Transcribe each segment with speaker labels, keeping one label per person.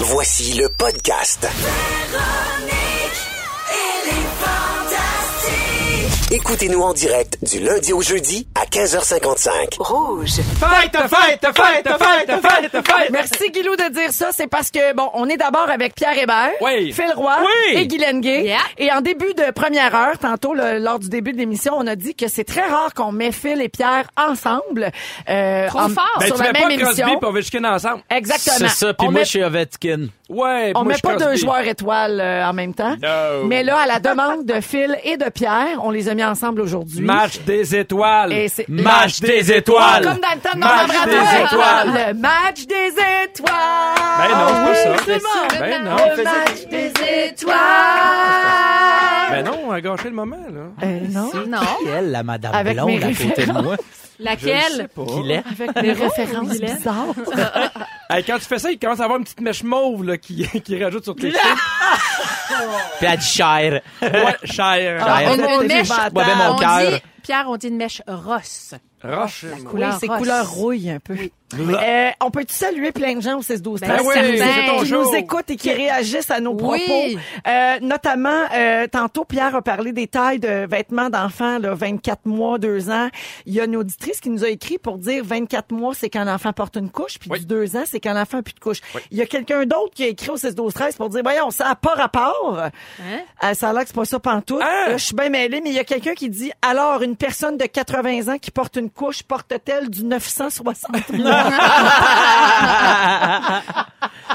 Speaker 1: Voici le podcast. Écoutez-nous en direct du lundi au jeudi à 15h55.
Speaker 2: Rouge.
Speaker 3: Fight, fight, fight, fight, fight, fight.
Speaker 4: Merci Guilou de dire ça, c'est parce que bon, on est d'abord avec Pierre Hébert,
Speaker 3: Oui.
Speaker 4: Phil Roy
Speaker 3: Oui.
Speaker 4: et Guylaine Gay.
Speaker 5: Yeah.
Speaker 4: Et en début de première heure, tantôt le- lors du début de l'émission, on a dit que c'est très rare qu'on met Phil et Pierre ensemble euh,
Speaker 5: Trop fort.
Speaker 3: Ben,
Speaker 4: sur
Speaker 3: tu mets
Speaker 4: la même
Speaker 3: pas Crosby
Speaker 4: émission.
Speaker 3: et Ovechkin ensemble.
Speaker 4: Exactement.
Speaker 6: C'est ça, puis
Speaker 4: on
Speaker 6: moi,
Speaker 4: met,
Speaker 6: je suis Ovechkin.
Speaker 3: Ouais,
Speaker 4: on
Speaker 3: moi,
Speaker 4: met
Speaker 3: je
Speaker 4: pas
Speaker 3: Crosby.
Speaker 4: deux joueurs étoiles euh, en même temps.
Speaker 3: No.
Speaker 4: Mais là, à la demande de Phil et de Pierre, on les a mis ensemble aujourd'hui.
Speaker 3: Match des étoiles.
Speaker 4: Et c'est-
Speaker 3: Match des étoiles.
Speaker 4: Comme dans le temps de
Speaker 3: Match
Speaker 4: Norman
Speaker 3: des
Speaker 4: Bradley.
Speaker 3: étoiles.
Speaker 4: Le match des étoiles.
Speaker 3: Ben non, c'est pas ça.
Speaker 4: c'est bon.
Speaker 3: Ben non.
Speaker 4: Le match des étoiles.
Speaker 3: Ben non, on a gâché le moment, là.
Speaker 4: Euh, non.
Speaker 5: Non.
Speaker 6: Qui est elle, la madame
Speaker 4: Avec
Speaker 6: blonde
Speaker 4: mes
Speaker 6: à côté de moi?
Speaker 5: Laquelle?
Speaker 6: Qui est?
Speaker 4: Avec des références bizarres.
Speaker 3: Hey, quand tu fais ça, il commence à avoir une petite mèche mauve là, qui, qui rajoute sur tes cheveux.
Speaker 6: Puis elle dit Cher.
Speaker 3: Ouais, cher.
Speaker 4: Ah,
Speaker 5: Une,
Speaker 4: on-
Speaker 5: une
Speaker 4: on-
Speaker 5: mèche.
Speaker 4: on-
Speaker 6: Ouais, ben, mon
Speaker 5: on
Speaker 6: cœur.
Speaker 5: dit, Pierre, on dit une mèche rosse.
Speaker 3: Roche.
Speaker 4: Oui,
Speaker 5: Couleur
Speaker 4: c'est
Speaker 5: rosse.
Speaker 4: couleur rouille un peu. Euh, on peut-tu saluer plein de gens au 16 12
Speaker 3: Ben oui, c'est ton
Speaker 4: qui
Speaker 3: show.
Speaker 4: nous écoutent et qui réagissent à nos
Speaker 5: Oui.
Speaker 4: propos. Euh, notamment, euh, tantôt, Pierre a parlé des tailles de vêtements d'enfants, là, 24 mois, 2 ans. Il y a une auditrice qui nous a écrit pour dire 24 mois, c'est quand l'enfant porte une couche, puis
Speaker 3: Oui.
Speaker 4: du 2 ans, c'est quand l'enfant n'a plus de couche. Il y a quelqu'un d'autre qui a écrit au 16 12 13 pour dire, voyons, ça n'a pas rapport.
Speaker 5: Hein?
Speaker 4: Euh, ça a l'air que c'est pas ça pantoute.
Speaker 3: Hein?
Speaker 4: Là, je suis bien mêlée, mais il y a quelqu'un qui dit, alors, une personne de 80 ans qui porte une couche porte-t-elle du 960 mois?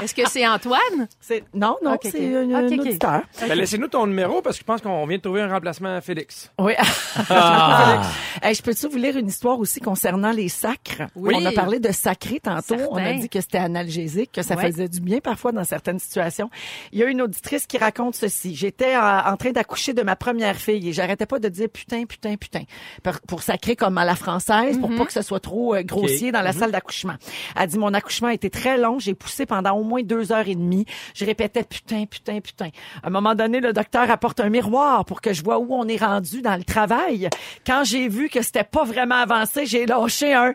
Speaker 5: Est-ce que c'est Antoine?
Speaker 4: C'est- Non, non,
Speaker 5: Ok, ok.
Speaker 4: c'est une-
Speaker 5: Ok,
Speaker 4: un
Speaker 5: ok.
Speaker 4: auditeur.
Speaker 3: Ben, laissez-nous ton numéro parce que je pense qu'on vient de trouver un remplacement à Félix.
Speaker 4: Oui.
Speaker 5: Ah.
Speaker 4: Hey, je peux-tu vous lire une histoire aussi concernant les sacres?
Speaker 5: Oui.
Speaker 4: On a parlé de sacré tantôt.
Speaker 5: Certain.
Speaker 4: On a dit que c'était analgésique, que ça
Speaker 5: Ouais.
Speaker 4: faisait du bien parfois dans certaines situations. Il y a une auditrice qui raconte ceci. J'étais euh, en train d'accoucher de ma première fille et j'arrêtais pas de dire putain, putain, putain pour, pour sacrer comme à la française, pour pas que ce soit trop euh, grossier dans la salle d'accouchement. Elle dit, mon accouchement a été très long. J'ai poussé pendant au moins deux heures et demie. Je répétais putain, putain, putain. À un moment donné, le docteur apporte un miroir pour que je vois où on est rendu dans le travail. Quand j'ai vu que c'était pas vraiment avancé, j'ai lâché un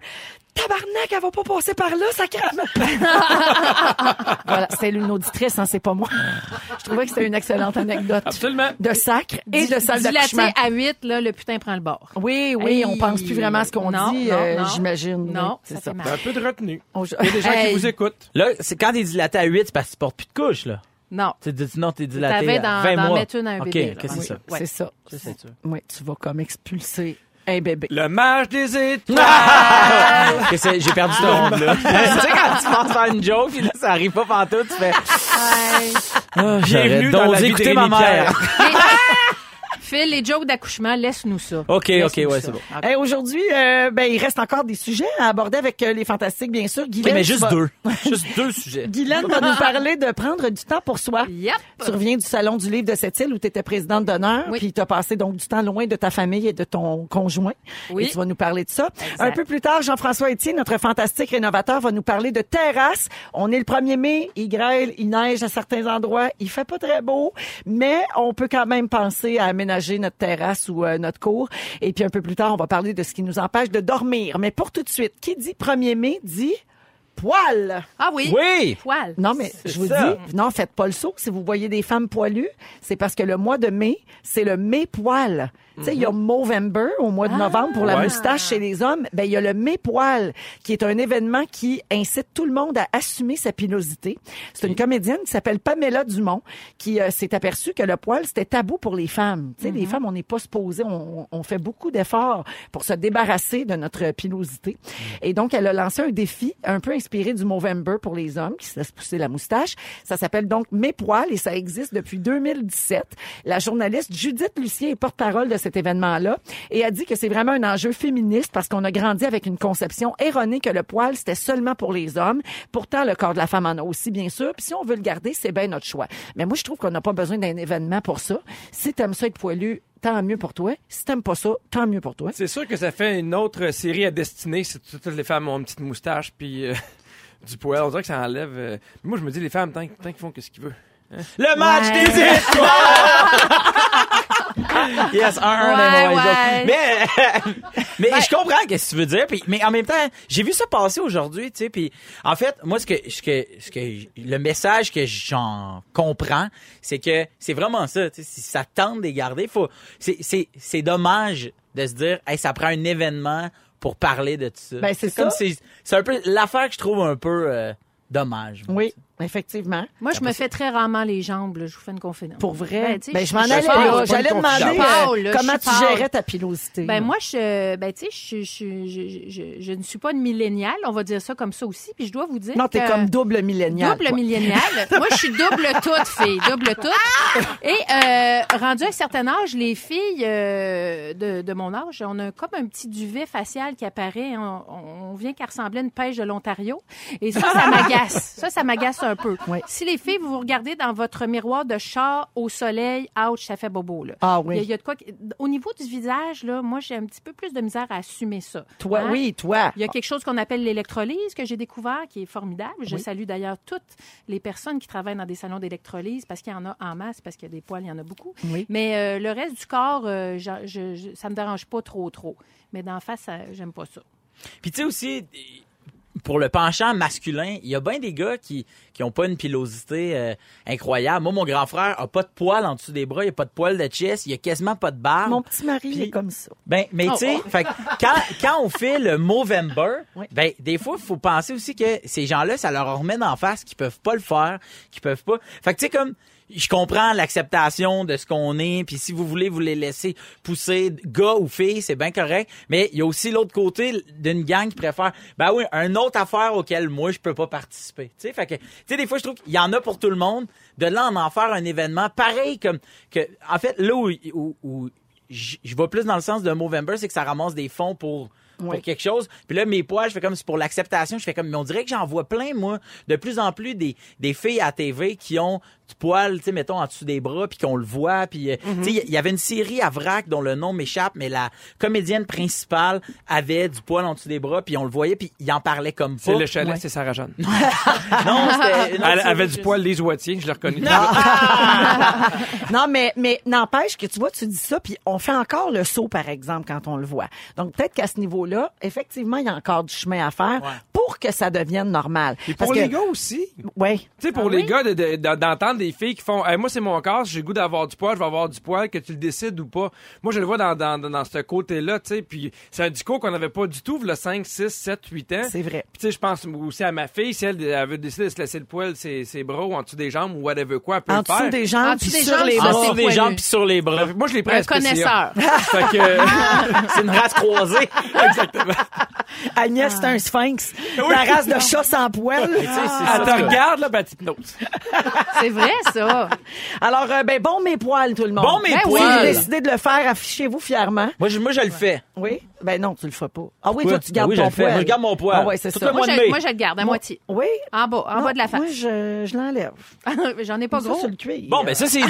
Speaker 4: Tabarnak, elle va pas passer par là, sacrément. voilà, c'est une auditrice, hein, c'est pas moi. Je trouvais que c'était une excellente anecdote
Speaker 3: Absolument.
Speaker 4: de sacre et de salle
Speaker 5: Dilaté
Speaker 4: d'accouchement.
Speaker 5: à 8, là, le putain prend le bord.
Speaker 4: Oui, oui,
Speaker 5: Hey.
Speaker 4: on pense plus vraiment à ce qu'on
Speaker 5: Non,
Speaker 4: dit,
Speaker 5: non,
Speaker 4: euh,
Speaker 5: non.
Speaker 4: j'imagine. Oui,
Speaker 5: Non, ça
Speaker 4: c'est
Speaker 5: fait
Speaker 4: ça.
Speaker 5: mal.
Speaker 3: Ben, Un peu de retenue.
Speaker 4: On- je-
Speaker 3: Il y a des gens
Speaker 5: Hey.
Speaker 3: qui vous écoutent.
Speaker 6: Là, c'est quand t'es dilaté à 8, c'est parce que tu portes plus de couche, là.
Speaker 4: Ben-
Speaker 5: Non.
Speaker 6: Tu dis non, t'es dilaté
Speaker 5: T'avais
Speaker 6: à
Speaker 5: d'en-
Speaker 6: 20
Speaker 5: d'en
Speaker 6: mois.
Speaker 5: mettre une à un
Speaker 6: OK,
Speaker 5: bébé, là.
Speaker 6: qu'est-ce que
Speaker 5: Oui.
Speaker 6: c'est ça?
Speaker 5: Ouais.
Speaker 4: C'est ça.
Speaker 6: Ça, c'est sûr.
Speaker 4: Oui, tu vas comme expulser un bébé. Ah!
Speaker 3: Le match des étoiles.
Speaker 6: Que c'est- J'ai perdu ton rond, là. Ah. tu sais, quand tu penses faire une joke, puis là, ça arrive pas pantoute, tu fais...
Speaker 3: Bienvenue
Speaker 6: Ah, J'aurais
Speaker 3: dans
Speaker 6: donc
Speaker 3: la
Speaker 6: dû
Speaker 3: vie de
Speaker 6: écouter ma
Speaker 3: Rémi
Speaker 6: mère.
Speaker 5: Mais- Phil, les jokes d'accouchement, laisse-nous ça.
Speaker 4: Oh.
Speaker 6: OK, OK,
Speaker 5: Laisse-nous
Speaker 6: ouais,
Speaker 5: ça.
Speaker 6: c'est bon.
Speaker 4: Eh, Aujourd'hui, euh, ben, il reste encore des sujets à aborder avec euh, les fantastiques, bien sûr. Guylaine,
Speaker 6: OK, mais
Speaker 4: tu
Speaker 6: juste
Speaker 4: vas-
Speaker 6: deux. Juste deux sujets.
Speaker 4: Guylaine va nous parler de prendre du temps pour soi.
Speaker 5: Yep.
Speaker 4: Tu reviens du salon du livre de cette île où tu étais présidente d'honneur,
Speaker 5: Oui.
Speaker 4: puis tu as passé donc du temps loin de ta famille et de ton conjoint.
Speaker 5: Oui.
Speaker 4: Et tu vas nous parler de ça.
Speaker 5: Exact.
Speaker 4: Un peu plus tard, Jean-François Etier, notre fantastique rénovateur, va nous parler de terrasse. On est le 1er mai, il grêle, il neige à certains endroits, il fait pas très beau, mais on peut quand même penser à aménager notre terrasse ou euh, notre cour. Et puis un peu plus tard, on va parler de ce qui nous empêche de dormir. Mais pour tout de suite, qui dit 1er mai dit poil.
Speaker 5: Ah oui.
Speaker 6: Oui!
Speaker 5: Poil.
Speaker 4: Non, mais je vous
Speaker 6: ça.
Speaker 4: dis, non, faites pas le saut. Si vous voyez des femmes poilues, c'est parce que le mois de mai, c'est le mai poil. Tu sais, il y a Movember au mois de novembre pour la
Speaker 3: Ouais.
Speaker 4: moustache chez les hommes. Ben, il y a le mai poil, qui est un événement qui incite tout le monde à assumer sa pilosité. C'est une comédienne qui s'appelle Pamela Dumont, qui euh, s'est aperçue que le poil, c'était tabou pour les femmes. Tu sais, les femmes, on n'est pas supposé, on, on fait beaucoup d'efforts pour se débarrasser de notre pilosité. Et donc, elle a lancé un défi un peu inspiré du Movember pour les hommes qui se laissent pousser la moustache. Ça s'appelle donc Mes poils et ça existe depuis 2017. La journaliste Judith Lucien est porte-parole de cet événement-là et a dit que c'est vraiment un enjeu féministe parce qu'on a grandi avec une conception erronée que le poil c'était seulement pour les hommes. Pourtant, le corps de la femme en a aussi, bien sûr. Puis si on veut le garder, c'est bien notre choix. Mais moi, je trouve qu'on n'a pas besoin d'un événement pour ça. Si t'aimes ça être poilu, tant mieux pour toi. Si t'aimes pas ça, tant mieux pour toi.
Speaker 3: C'est sûr que ça fait une autre série à destinée si toutes les femmes ont une petite moustache puis euh, du poil. On dirait que ça enlève. euh, mais Moi, je me dis, les femmes, tant, tant qu'ils font que ce qu'ils veulent.
Speaker 6: Le match des étoiles! Yes, un, un,
Speaker 5: Ouais,
Speaker 6: un, un, un,
Speaker 5: ouais. Ben
Speaker 6: Mais, euh, mais je comprends qu'est-ce que tu veux dire. puis- mais en même temps, j'ai vu ça passer aujourd'hui, tu sais. Puis, en fait, moi, ce que, ce que, ce que, le message que j'en comprends, c'est que c'est vraiment ça. tu sais, Si ça tente de les garder, faut, c'est, c'est, c'est dommage de se dire, hey, ça prend un événement pour parler de tout ça.
Speaker 4: Ben, c'est
Speaker 6: Comme
Speaker 4: ça.
Speaker 6: c'est, c'est un peu l'affaire que je trouve un peu euh, dommage. moi.
Speaker 4: Oui, effectivement.
Speaker 5: Moi, je me fais très rarement les jambes. là. Je vous fais une confidence.
Speaker 4: Pour vrai.
Speaker 5: Ben, tu sais,
Speaker 4: Ben, je m'en
Speaker 5: suis
Speaker 4: allais
Speaker 5: pâle.
Speaker 4: là. J'allais demander
Speaker 5: confiance.
Speaker 4: euh,
Speaker 5: Pâle, là,
Speaker 4: comment
Speaker 5: je
Speaker 4: tu
Speaker 5: suis pâle.
Speaker 4: gérais ta pilosité.
Speaker 5: Ben moi, je, ben tu sais, je, je, je, je, je ne suis pas une milléniale, on va dire ça comme ça aussi. Puis je dois vous dire
Speaker 4: non, t'es
Speaker 5: que-
Speaker 4: comme double millénial.
Speaker 5: euh, Double
Speaker 4: toi.
Speaker 5: milléniale. Moi, je suis double toute, fille. Double
Speaker 4: Ah!
Speaker 5: toute. Et euh, rendu à un certain âge, les filles euh, de, de mon âge, on a comme un petit duvet facial qui apparaît. On, on vient qu'à ressembler à une pêche de l'Ontario. Et ça, ça m'agace. Ça, ça m'agace un peu.
Speaker 4: Oui.
Speaker 5: Si les filles, vous vous regardez dans votre miroir de chat au soleil, ouch, ça fait bobo, là.
Speaker 4: Ah
Speaker 5: Il y a- il
Speaker 4: oui.
Speaker 5: y a de quoi... que- Au niveau du visage, là, moi, j'ai un petit peu plus de misère à assumer ça.
Speaker 4: Toi,
Speaker 5: Hein?
Speaker 4: oui, toi.
Speaker 5: Il y a quelque chose qu'on appelle l'électrolyse que j'ai découvert qui est formidable. Je salue d'ailleurs toutes les personnes qui travaillent dans des salons d'électrolyse parce qu'il y en a en masse, parce qu'il y a des poils, il y en a beaucoup.
Speaker 4: Oui.
Speaker 5: Mais euh, le reste du corps, euh, je- je- je- ça me dérange pas trop, trop. Mais d'en face, ça- j'aime pas ça.
Speaker 6: Puis tu sais aussi, pour le penchant masculin, il y a bien des gars qui qui ont pas une pilosité euh, incroyable. Moi, mon grand frère a pas de poils en dessous des bras, il a pas de poils de chest, il a quasiment pas de barbe.
Speaker 4: Mon petit mari, il est
Speaker 6: Puis-
Speaker 4: comme ça.
Speaker 6: Ben, mais tu sais, fait que quand, quand on fait le Movember,
Speaker 4: Oui.
Speaker 6: ben, des fois, il faut penser aussi que ces gens-là, ça leur remet d'en face qu'ils peuvent pas le faire, qu'ils peuvent pas. Fait que tu sais, comme, je comprends l'acceptation de ce qu'on est, puis si vous voulez vous les laisser pousser, gars ou filles, c'est bien correct, mais il y a aussi l'autre côté d'une gang qui préfère, ben oui, une autre affaire auquel moi, je peux pas participer. Tu sais, fait que, tu sais, des fois, je trouve qu'il y en a pour tout le monde, de là, en en faire un événement pareil comme, que, en fait, là où, où, où je je vais plus dans le sens de Movember, c'est que ça ramasse des fonds pour pour
Speaker 4: Oui.
Speaker 6: quelque chose. Puis là, mes poils, je fais comme c'est pour l'acceptation. Je fais comme, mais on dirait que j'en vois plein, moi, de plus en plus des, des filles à TV qui ont du poil, tu sais, mettons, en dessous des bras, puis qu'on le voit. Puis, euh, tu sais, il y- il y avait une série à Vrac dont le nom m'échappe, mais la comédienne principale avait du poil en dessous des bras, puis on le voyait, puis il en parlait comme
Speaker 3: C'est
Speaker 4: Oh,
Speaker 6: pas.
Speaker 3: le chalet, c'est Sarah Jeanne.
Speaker 6: Non, c'était... non,
Speaker 3: Elle
Speaker 6: c'est-
Speaker 3: avait du poil Lise Wattier, je l'ai reconnue.
Speaker 4: Ah, Non, mais, mais n'empêche que tu vois, tu dis ça, puis on fait encore le saut, par exemple, quand on le voit. Donc, peut-être qu'à ce niveau-là, effectivement, il y a encore du chemin à faire pour que ça devienne normal.
Speaker 3: Et pour
Speaker 4: Parce
Speaker 3: les
Speaker 4: que-
Speaker 3: gars aussi.
Speaker 4: Ouais.
Speaker 3: Tu sais, pour
Speaker 5: Ah
Speaker 3: les
Speaker 5: oui?
Speaker 3: gars, de- de- d'en- d'entendre des filles qui font Hey, Moi, c'est mon corps, j'ai le goût d'avoir du poil, je vais avoir du poil, que tu le décides ou pas. Moi, je le vois dans, dans, dans- dans ce côté-là, tu sais. Puis c'est un discours qu'on n'avait pas du tout, le 5, 6, 7, 8 ans.
Speaker 4: C'est vrai.
Speaker 3: Puis tu sais, je pense aussi à ma fille, si elle, elle veut décider de se laisser le poil, ses, ses bras ou en dessous des jambes ou whatever quoi, elle peut
Speaker 4: En
Speaker 3: le faire.
Speaker 4: dessous des jambes,
Speaker 5: En
Speaker 4: puis
Speaker 5: dessous des
Speaker 4: sur
Speaker 5: jambes,
Speaker 4: les
Speaker 5: ça,
Speaker 6: En
Speaker 4: bras.
Speaker 6: dessous des
Speaker 5: poilus.
Speaker 6: jambes, puis sur les bras.
Speaker 3: Moi, je les prends
Speaker 5: Un
Speaker 3: à SPCA.
Speaker 5: connaisseur. Ah,
Speaker 3: Fait que, euh,
Speaker 6: C'est une race croisée.
Speaker 5: Ah.
Speaker 4: Agnès, c'est un sphinx. La race de chat sans poil.
Speaker 6: Tu sais, c'est ça,
Speaker 3: elle
Speaker 6: ce que-
Speaker 3: te regarde, là, ben, tu te notes.
Speaker 5: C'est vrai, ça.
Speaker 4: Alors, euh, ben, bon mes poils, tout le monde.
Speaker 6: Bon mes
Speaker 4: Ben oui,
Speaker 6: poils.
Speaker 4: Vous décidez de le faire, affichez-vous fièrement.
Speaker 6: Moi, je, moi, je le fais.
Speaker 4: Oui. Ben non, tu le feras pas. Ah oui,
Speaker 6: Pourquoi?
Speaker 4: toi, tu gardes
Speaker 6: Ben oui, je
Speaker 4: ton
Speaker 6: le fais.
Speaker 4: poil.
Speaker 6: Moi, je garde mon poil.
Speaker 4: Ah ouais, c'est
Speaker 6: Tout
Speaker 4: ça.
Speaker 6: le
Speaker 5: Moi,
Speaker 6: mois de
Speaker 5: je,
Speaker 6: mai.
Speaker 5: moi, je le garde à moitié.
Speaker 4: Oui.
Speaker 5: En bas, en
Speaker 4: Non,
Speaker 5: bas de la
Speaker 4: Moi,
Speaker 5: face.
Speaker 4: je, je l'enlève.
Speaker 5: J'en ai pas
Speaker 4: Ça,
Speaker 5: gros.
Speaker 4: sur le cuir.
Speaker 6: Bon, ben ça, c'est dit.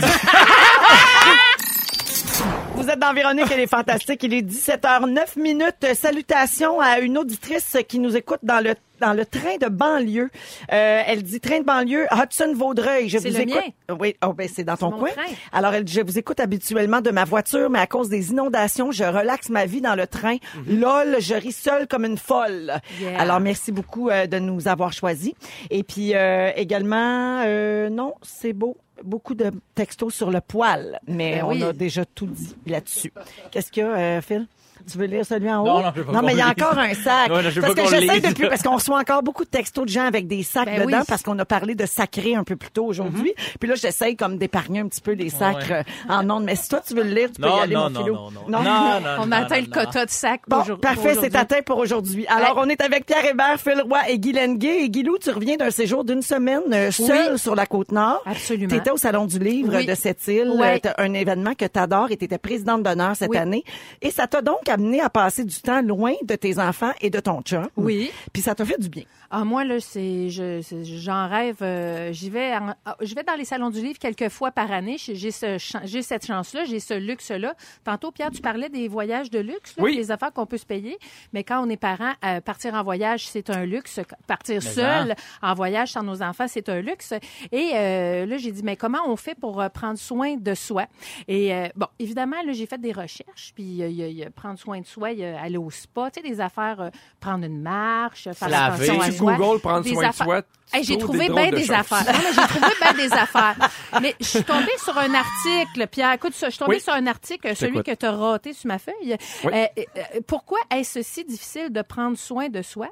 Speaker 4: Vous êtes dans Véronique, elle est fantastique. Il est 17h09 minutes. Euh, Salutations à une auditrice qui nous écoute dans le dans le train de banlieue. Euh, elle dit train de banlieue, Hudson Vaudreuil. Je
Speaker 5: C'est
Speaker 4: vous
Speaker 5: le
Speaker 4: écoute.
Speaker 5: mien.
Speaker 4: Oui, oh, ben, c'est dans ton
Speaker 5: mon
Speaker 4: coin.
Speaker 5: train.
Speaker 4: Alors elle dit, je vous écoute habituellement de ma voiture, mais à cause des inondations, je relaxe ma vie dans le train. Lol, je ris seule comme une folle.
Speaker 5: Mm-hmm. Yeah.
Speaker 4: Alors merci beaucoup euh, de nous avoir choisis. Et puis euh, également, euh, non, c'est beau. Beaucoup de textos sur le poil, mais
Speaker 5: Ben
Speaker 4: on
Speaker 5: oui.
Speaker 4: a déjà tout dit là-dessus. Qu'est-ce qu'il y a, euh, Phil? Tu veux lire celui en haut?
Speaker 6: Non, non, je veux pas qu'on
Speaker 4: mais il y a
Speaker 6: le lise.
Speaker 4: encore un sac.
Speaker 6: Ouais, non, je veux
Speaker 4: parce
Speaker 6: pas
Speaker 4: que
Speaker 6: qu'on le
Speaker 4: j'essaie
Speaker 6: lise.
Speaker 4: depuis, parce qu'on reçoit encore beaucoup de textos de gens avec des sacs
Speaker 5: Ben
Speaker 4: dedans,
Speaker 5: oui.
Speaker 4: parce qu'on a parlé de sacré un peu plus tôt aujourd'hui. Puis là, j'essaie comme d'épargner un petit peu les sacs
Speaker 6: Mhm. Ouais.
Speaker 4: euh, en ondes. Mais si toi, tu veux le lire, tu peux y
Speaker 6: Non,
Speaker 4: aller,
Speaker 6: non,
Speaker 4: mon
Speaker 6: non,
Speaker 4: Philo.
Speaker 6: non, non, non. Non, non,
Speaker 5: On
Speaker 6: non,
Speaker 5: atteint
Speaker 6: non,
Speaker 5: le quota de sac
Speaker 4: Bon,
Speaker 5: aujourd'hui.
Speaker 4: parfait, c'est
Speaker 5: aujourd'hui.
Speaker 4: atteint pour aujourd'hui. Alors,
Speaker 5: Ouais.
Speaker 4: on est avec Pierre Hébert, Phil Roy et Guy Lenguet. Et Guilou, tu reviens d'un séjour d'une semaine euh, seul sur la Côte-Nord.
Speaker 5: Absolument.
Speaker 4: Tu étais au Salon du Livre
Speaker 5: Oui.
Speaker 4: de cette île,
Speaker 5: Ouais.
Speaker 4: Euh, t'as un événement que tu adores et tu étais présidente d'honneur cette
Speaker 5: Oui.
Speaker 4: année. Et ça t'a donc amené à passer du temps loin de tes enfants et de ton chum.
Speaker 5: Oui.
Speaker 4: Puis ça t'a fait du bien.
Speaker 5: Ah moi là c'est je c'est- j'en rêve euh, j'y vais en- ah, je vais dans les salons du livre quelques fois par année j'ai j'ai ce chan- j'ai cette chance là j'ai ce luxe là tantôt Pierre tu parlais des voyages de luxe là,
Speaker 3: Oui.
Speaker 5: des affaires qu'on peut se payer mais quand on est parent euh, partir en voyage c'est un luxe partir
Speaker 6: Mais
Speaker 5: seul en voyage sans nos enfants c'est un luxe et euh, là j'ai dit mais comment on fait pour euh, prendre soin de soi. Et euh, bon, évidemment, là, j'ai fait des recherches, puis euh, il y a- il y a prendre soin de soi, il y a aller au spa, tu sais, des affaires, euh, prendre une marche, faire
Speaker 6: laver.
Speaker 5: attention à
Speaker 3: Tu
Speaker 5: soi.
Speaker 3: Google prendre
Speaker 5: Des
Speaker 3: soin de
Speaker 5: affaires-
Speaker 3: soi.
Speaker 5: Hey, j'ai
Speaker 3: tu trouves
Speaker 5: trouvé
Speaker 3: drôles
Speaker 5: bien
Speaker 3: de
Speaker 5: des
Speaker 3: choses.
Speaker 5: affaires. Non, mais j'ai trouvé bien des affaires. Mais je suis tombée sur un article, Pierre. Écoute ça, je suis tombée
Speaker 3: Oui.
Speaker 5: sur un article, celui
Speaker 3: t'écoute.
Speaker 5: que tu as raté sur ma feuille.
Speaker 3: Oui.
Speaker 5: Euh, euh, euh, pourquoi est-ce si difficile de prendre soin de soi?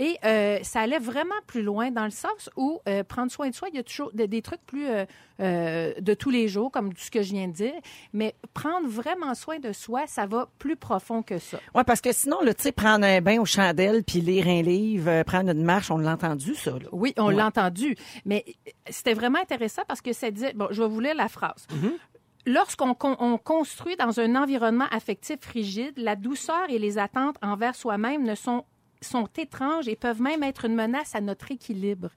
Speaker 5: Et euh, ça allait vraiment plus loin dans le sens où euh, prendre soin de soi, il y a toujours des, des trucs plus euh, euh, de tous les jours, comme ce que je viens de dire. Mais prendre vraiment soin de soi, ça va plus profond que ça.
Speaker 4: Ouais, parce que sinon, là, tu sais, prendre un bain aux chandelles puis lire un livre, euh, prendre une marche, on l'a entendu, ça, là.
Speaker 5: Oui, on
Speaker 4: Ouais.
Speaker 5: l'a entendu. Mais euh, c'était vraiment intéressant parce que ça disait, bon, je vais vous lire la phrase.
Speaker 4: Mm-hmm.
Speaker 5: Lorsqu'on con- on construit dans un environnement affectif rigide, la douceur et les attentes envers soi-même ne sont sont étranges et peuvent même être une menace à notre équilibre.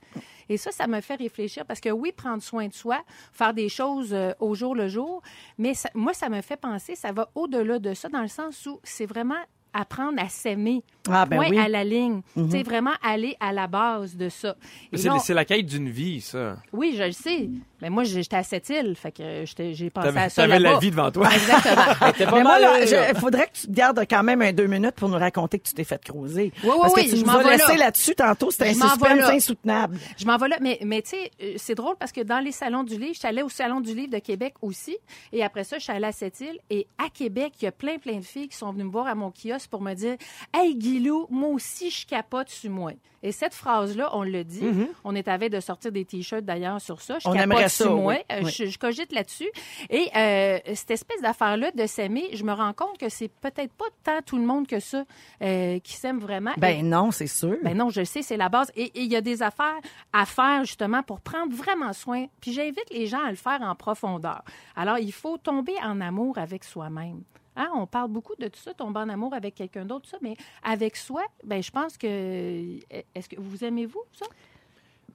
Speaker 5: Et ça, ça me fait réfléchir parce que oui, prendre soin de soi, faire des choses euh, au jour le jour, mais ça- moi, ça me fait penser, ça va au-delà de ça dans le sens où c'est vraiment apprendre à s'aimer,
Speaker 4: Ah, ben
Speaker 5: point
Speaker 4: oui.
Speaker 5: à la ligne. Tu sais, vraiment aller à la base de ça. Et
Speaker 3: C'est
Speaker 5: non-
Speaker 3: c'est la quête d'une vie, ça.
Speaker 5: oui, je le sais. Mais moi, j'étais à cette île, fait que j'étais- j'ai pensé à
Speaker 3: T'avais
Speaker 5: ça
Speaker 3: t'avais
Speaker 5: là-bas.
Speaker 3: la vie devant toi.
Speaker 5: Exactement.
Speaker 6: T'es pas
Speaker 4: Ah, Mais moi,
Speaker 6: mal, euh,
Speaker 4: là,
Speaker 6: là.
Speaker 4: il faudrait que tu te gardes quand même un deux minutes pour nous raconter que tu t'es fait creuser.
Speaker 5: Oui, oui,
Speaker 4: Parce que
Speaker 5: oui,
Speaker 4: tu
Speaker 5: je
Speaker 4: nous
Speaker 5: m'en
Speaker 4: as
Speaker 5: vais
Speaker 4: laissé
Speaker 5: là.
Speaker 4: là-dessus tantôt. C'était un
Speaker 5: Je m'en vais
Speaker 4: suspense
Speaker 5: là.
Speaker 4: insoutenable.
Speaker 5: Je m'en vais là. Mais, mais tu sais, euh, c'est drôle parce que dans les salons du livre, je suis allée au salon du livre de Québec aussi. Et après ça, je suis allée à cette île. Et à Québec, il y a plein, plein de filles qui sont venues me voir à mon kiosque pour me dire Hey, Guilou, moi aussi, je capote sur moi. Et cette phrase-là, on le dit. On est à veille de sortir des T-shirts d'ailleurs sur ça. Je
Speaker 4: Mm-hmm. On
Speaker 5: capote
Speaker 4: aimerait ça,
Speaker 5: sur moi.
Speaker 4: oui.
Speaker 5: Euh,
Speaker 4: Oui.
Speaker 5: Je, je cogite là-dessus. Et euh, cette espèce d'affaire-là de s'aimer, je me rends compte que c'est peut-être pas tant tout le monde que ça euh, qui s'aime vraiment. Et-
Speaker 4: Ben non, c'est sûr.
Speaker 5: ben non, je le sais, c'est la base. Et et il y a des affaires à faire justement pour prendre vraiment soin. Puis j'invite les gens à le faire en profondeur. Alors, il faut tomber en amour avec soi-même. Hein, on parle beaucoup de tout ça, tomber en amour avec quelqu'un d'autre, tout ça, mais avec soi, ben, je pense que. e-, Est-ce que vous aimez-vous, ça?
Speaker 3: Mmh.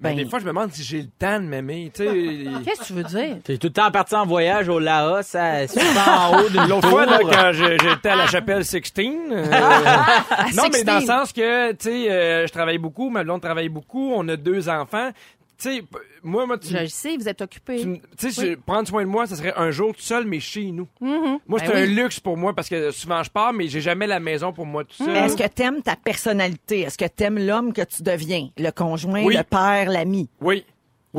Speaker 3: Mais
Speaker 4: Ben-
Speaker 3: des fois, je me demande si j'ai le temps de m'aimer. Tu sais,
Speaker 5: Qu'est-ce que tu veux dire?
Speaker 6: T'es tout le temps parti en voyage au Laos, à, en haut d'une
Speaker 3: l'autre fois, là,
Speaker 6: tour.
Speaker 3: quand j'ai- j'étais à la chapelle 16, euh, non, mais dans le
Speaker 5: 16.
Speaker 3: sens que, tu sais, euh, je travaille beaucoup, ma blonde travaille beaucoup, on a deux enfants. Tu sais, p- moi, moi, tu
Speaker 5: Je le sais, vous êtes occupé.
Speaker 3: Tu me- Tu sais,
Speaker 5: Oui.
Speaker 3: je- prendre soin de moi, ça serait un jour tout seul, mais chez nous.
Speaker 4: Mm-hmm.
Speaker 3: Moi, c'est
Speaker 5: Ben
Speaker 3: un
Speaker 5: oui.
Speaker 3: luxe pour moi parce que souvent je pars, mais j'ai jamais la maison pour moi tout seul.
Speaker 4: Mais Mm. est-ce que t'aimes ta personnalité? Est-ce que t'aimes l'homme que tu deviens? Le conjoint,
Speaker 3: Oui.
Speaker 4: le père, l'ami?
Speaker 3: Oui. oui.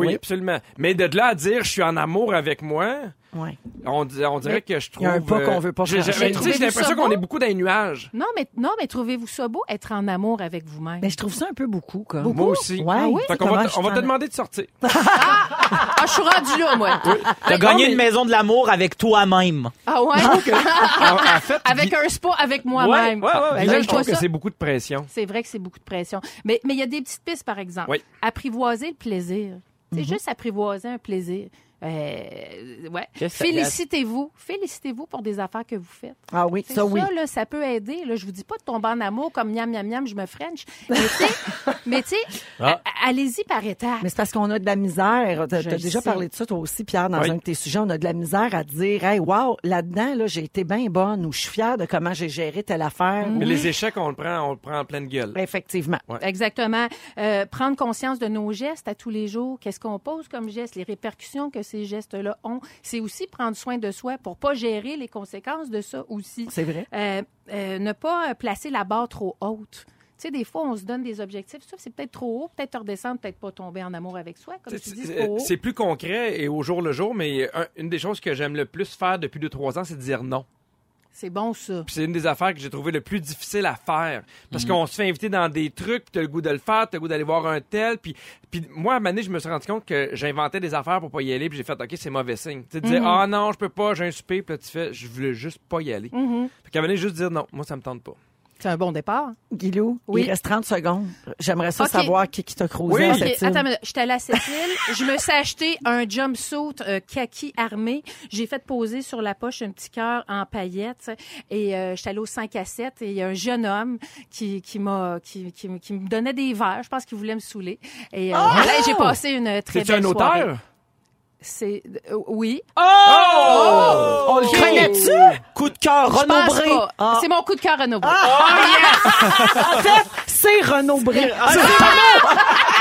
Speaker 4: Oui.
Speaker 3: absolument. Mais de là à dire je suis en amour avec moi,
Speaker 4: Ouais.
Speaker 3: on, di- on dirait
Speaker 4: Mais
Speaker 3: que je
Speaker 4: il y
Speaker 3: trouve. euh,
Speaker 4: a un pas qu'on veut pas
Speaker 3: j'ai-
Speaker 4: franchir.
Speaker 3: j'ai- mais tu sais,
Speaker 5: Trouvez-vous
Speaker 3: J'ai l'impression
Speaker 5: ça
Speaker 3: qu'on
Speaker 5: beau?
Speaker 3: est beaucoup dans les nuages.
Speaker 5: Non, mais, non, mais trouvez-vous ça beau, être en amour avec vous-même?
Speaker 4: Mais je trouve ça un peu beaucoup, comme.
Speaker 3: Moi aussi.
Speaker 4: Ouais.
Speaker 5: Ah oui?
Speaker 3: Fait qu'on
Speaker 4: Comment
Speaker 3: va,
Speaker 4: je
Speaker 3: te- on va te
Speaker 4: t'en-
Speaker 3: demander de sortir.
Speaker 5: Ah, je suis rendue là, moi.
Speaker 6: T'as gagné une maison de l'amour avec toi-même.
Speaker 5: Ah ouais?
Speaker 3: en, en fait,
Speaker 5: avec
Speaker 3: Guy-
Speaker 5: un spa avec moi-même.
Speaker 3: Ouais, ouais, ouais,
Speaker 5: Ben,
Speaker 3: Guy,
Speaker 5: j'aime
Speaker 3: je trouve
Speaker 5: pas
Speaker 3: que
Speaker 5: ça.
Speaker 3: c'est beaucoup de pression.
Speaker 5: C'est vrai que c'est beaucoup de pression. Mais mais il y a des petites pistes, par exemple.
Speaker 3: Oui.
Speaker 5: Apprivoiser le plaisir. C'est juste apprivoiser un plaisir. Euh, ouais.
Speaker 6: Qu'est-ce que ça-
Speaker 5: Félicitez-vous. Félicitez-vous pour des affaires que vous faites.
Speaker 4: Ah oui,
Speaker 5: C'est
Speaker 4: ça oui.
Speaker 5: là, ça peut aider. Là, je vous dis pas de tomber en amour comme miam, miam, miam, je me French. Mais tu sais, mais tu sais,
Speaker 6: Ah.
Speaker 5: a- allez-y par étapes.
Speaker 4: Mais c'est parce qu'on a de la misère. T'as
Speaker 5: Je
Speaker 4: t'as
Speaker 5: le
Speaker 4: déjà
Speaker 5: sais.
Speaker 4: parlé de ça, toi aussi, Pierre, dans
Speaker 3: Oui.
Speaker 4: un de tes sujets. On a de la misère à dire, hey, wow, là-dedans, là, j'ai été bien bonne ou je suis fière de comment j'ai géré telle affaire.
Speaker 3: Mais les échecs, on le prend, on le prend en pleine gueule.
Speaker 5: Ben,
Speaker 4: Effectivement.
Speaker 3: Ouais.
Speaker 5: Exactement. Euh, prendre conscience de nos gestes à tous les jours. Qu'est-ce qu'on pose comme gestes, les répercussions que ces gestes-là ont. C'est aussi prendre soin de soi pour pas gérer les conséquences de ça aussi.
Speaker 4: C'est vrai.
Speaker 5: Euh, euh, ne pas euh, placer la barre trop haute. Tu sais, des fois, on se donne des objectifs. Ça, c'est peut-être trop haut, peut-être te redescendre, peut-être pas tomber en amour avec soi, comme tu
Speaker 3: C'est-
Speaker 5: dis, c'est
Speaker 3: c'est-
Speaker 5: trop haut.
Speaker 3: C'est plus concret et au jour le jour, mais un- une des choses que j'aime le plus faire depuis 2-3 ans, c'est de dire non.
Speaker 5: C'est bon, ça.
Speaker 3: Puis c'est une des affaires que j'ai trouvé le plus difficile à faire.
Speaker 5: Mm-hmm.
Speaker 3: Parce qu'on se fait inviter dans des trucs, puis t'as le goût de le faire, t'as le goût d'aller voir un tel. Puis, puis moi, à un moment donné, je me suis rendu compte que j'inventais des affaires pour pas y aller, puis j'ai fait, OK, c'est mauvais signe. Tu sais, de
Speaker 5: Mm-hmm.
Speaker 3: dire, ah non, je peux pas, j'ai un souper, puis là, tu fais, je voulais juste pas y aller.
Speaker 5: Mm-hmm.
Speaker 3: Fait qu'à un moment donné, juste dire non, moi, ça me tente pas.
Speaker 5: C'est un bon départ.
Speaker 4: Guilou,
Speaker 5: Oui.
Speaker 4: il reste 30 secondes. J'aimerais ça
Speaker 5: OK.
Speaker 4: savoir qui, qui t'a creusé
Speaker 3: Oui.
Speaker 4: à
Speaker 5: Ok,
Speaker 4: cette île.
Speaker 5: attends, une minute. j'étais allée à cette île, je me suis acheté un jumpsuit euh, kaki armé, j'ai fait poser sur la poche un petit cœur en paillettes et euh, j'étais allée au 5 à 7 et il y a un jeune homme qui qui m'a qui, qui, me- qui me donnait des verres, je pense qu'il voulait me saouler et euh, voilà, j'ai passé une très
Speaker 3: C'est
Speaker 5: belle
Speaker 3: Oh! un
Speaker 5: soirée.
Speaker 3: auteur?
Speaker 5: C'est euh, oui,
Speaker 6: Oh!
Speaker 4: On le
Speaker 6: Ok.
Speaker 4: connaît-tu?
Speaker 6: Coup de cœur,
Speaker 5: Je pense
Speaker 6: renombré.
Speaker 5: pas.
Speaker 4: Ah.
Speaker 5: C'est mon coup de cœur Ah, Renaud Bré.
Speaker 4: En fait,
Speaker 3: Ah,
Speaker 4: c'est Renaud Bré.
Speaker 6: Ah,
Speaker 4: C'est-
Speaker 6: c'est-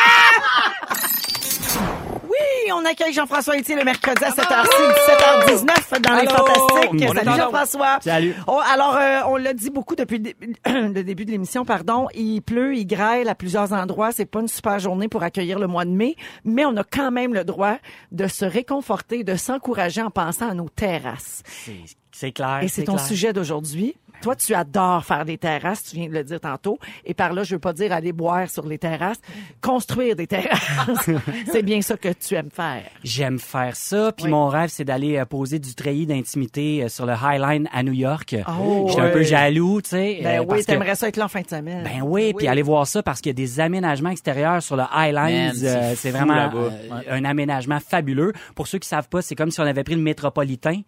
Speaker 4: Oui, Et on accueille Jean-François Etier le mercredi à 7h6, 7h19 dans les
Speaker 3: Ah, Allô!
Speaker 4: Fantastiques.
Speaker 3: On est
Speaker 4: Salut
Speaker 3: en
Speaker 4: Jean-François.
Speaker 6: Salut.
Speaker 4: Oh, alors, euh, on l'a dit beaucoup depuis le dé- le début de l'émission, pardon. Il pleut, il grêle à plusieurs endroits. C'est pas une super journée pour accueillir le mois de mai, mais on a quand même le droit de se réconforter, de s'encourager en pensant à nos terrasses.
Speaker 6: C'est- C'est clair.
Speaker 4: Et c'est ton
Speaker 6: clair.
Speaker 4: sujet d'aujourd'hui. Toi, tu adores faire des terrasses, tu viens de le dire tantôt. Et par là, je veux pas dire aller boire sur les terrasses. Construire des terrasses, c'est bien ça que tu aimes faire.
Speaker 2: J'aime faire ça. Puis
Speaker 4: Oui.
Speaker 2: mon rêve, c'est d'aller euh, poser du treillis d'intimité euh, sur le High Line à New York.
Speaker 4: Oh,
Speaker 2: J'étais un
Speaker 4: ouais.
Speaker 2: peu jaloux, tu sais.
Speaker 4: Ben
Speaker 2: euh,
Speaker 4: oui,
Speaker 2: parce que-
Speaker 4: t'aimerais ça être là en fin de semaine.
Speaker 2: Ben oui, puis aller voir ça parce qu'il y a des aménagements extérieurs sur le Highlands.
Speaker 6: Man, c'est
Speaker 2: euh,
Speaker 6: fou
Speaker 2: c'est vraiment
Speaker 6: là-bas.
Speaker 2: euh, un aménagement fabuleux. Pour ceux qui savent pas, c'est comme si on avait pris le métropolitain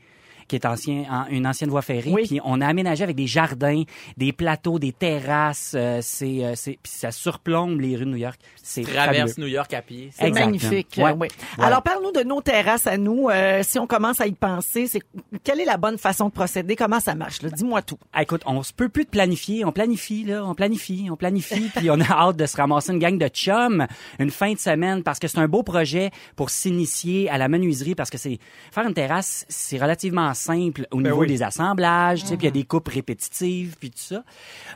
Speaker 2: qui est ancien, en- une ancienne voie ferrée,
Speaker 4: Oui.
Speaker 2: puis on a aménagé avec des jardins, des plateaux, des terrasses, euh, c'est, euh, c'est- puis ça surplombe les rues de New York. C'est
Speaker 6: Traverse New
Speaker 2: fabuleux.
Speaker 6: York à pied.
Speaker 4: C'est
Speaker 2: Exactement.
Speaker 4: magnifique.
Speaker 2: Ouais.
Speaker 4: euh, oui. Alors, parle-nous de nos terrasses à nous. Euh, si on commence à y penser, c'est quelle est la bonne façon de procéder? Comment ça marche? là? Dis-moi tout.
Speaker 2: Ah, Écoute, on se peut plus de planifier, on planifie là, on planifie, on planifie, puis on a hâte de se ramasser une gang de chums une fin de semaine parce que c'est un beau projet pour s'initier à la menuiserie parce que c'est faire une terrasse, c'est relativement simple au niveau
Speaker 3: oui.
Speaker 2: des assemblages, tu sais, puis il y a des coupes répétitives puis tout ça.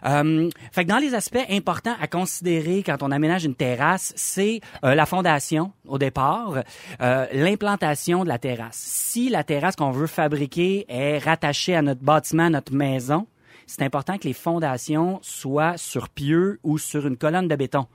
Speaker 2: Euh, fait que dans les aspects importants à considérer quand on aménage une terrasse, c'est euh, la fondation au départ, euh, l'implantation de la terrasse. Si la terrasse qu'on veut fabriquer est rattachée à notre bâtiment, à notre maison, c'est important que les fondations soient sur pieux ou sur une colonne de béton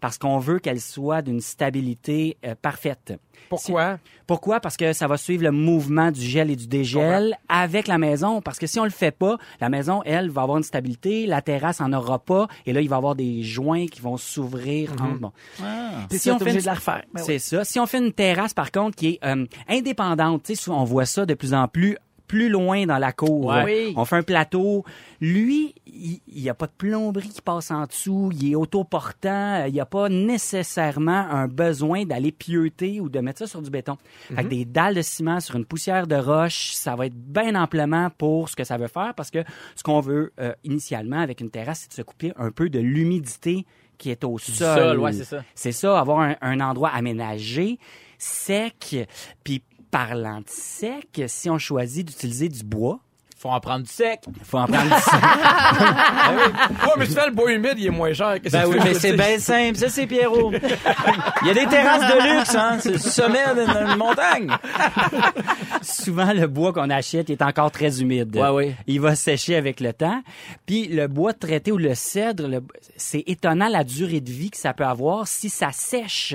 Speaker 2: parce qu'on veut qu'elles soient d'une stabilité euh, parfaite.
Speaker 3: Pourquoi?
Speaker 2: Pourquoi? Parce que ça va suivre le mouvement du gel et du dégel avec la maison. Parce que si on le fait pas, la maison, elle, va avoir une stabilité, la terrasse en aura pas, et là, il va y avoir des joints qui vont s'ouvrir. entre- bon.
Speaker 4: Puis ça, Mm-hmm. Ah. t'es obligé
Speaker 2: une-
Speaker 4: de la refaire. Ben oui.
Speaker 2: c'est ça. Si on fait une terrasse, par contre, qui est euh, indépendante, tu sais, souvent, on voit ça de plus en plus plus loin dans la cour.
Speaker 4: Ouais. Oui.
Speaker 2: On fait un plateau. Lui, il n'y a pas de plomberie qui passe en dessous. Il est autoportant. Il n'y a pas nécessairement un besoin d'aller pieuter ou de mettre ça sur du béton. Fait
Speaker 6: Mhm.
Speaker 2: que des dalles de ciment sur une poussière de roche, ça va être bien amplement pour ce que ça veut faire parce que ce qu'on veut euh, initialement avec une terrasse, c'est de se couper un peu de l'humidité qui est au sol.
Speaker 6: sol, ouais, c'est ça.
Speaker 2: C'est ça, avoir un, un endroit aménagé, sec, puis parlant de sec, si on choisit d'utiliser du bois,
Speaker 6: Faut en prendre du sec.
Speaker 2: faut en prendre du sec.
Speaker 3: Ouais, mais tu fais le bois humide, il est moins cher. Qu'est-ce que
Speaker 6: Ben
Speaker 3: tu
Speaker 6: oui,
Speaker 3: veux,
Speaker 6: mais
Speaker 3: tu
Speaker 6: c'est
Speaker 3: sais?
Speaker 6: bien simple. Ça, c'est Pierrot. Il y a des terrasses de luxe, hein. C'est le sommet d'une montagne.
Speaker 2: Souvent, le bois qu'on achète est encore très humide.
Speaker 6: Ouais, ouais.
Speaker 2: Il va sécher avec le temps. Puis le bois traité ou le cèdre, le- c'est étonnant la durée de vie que ça peut avoir si ça sèche.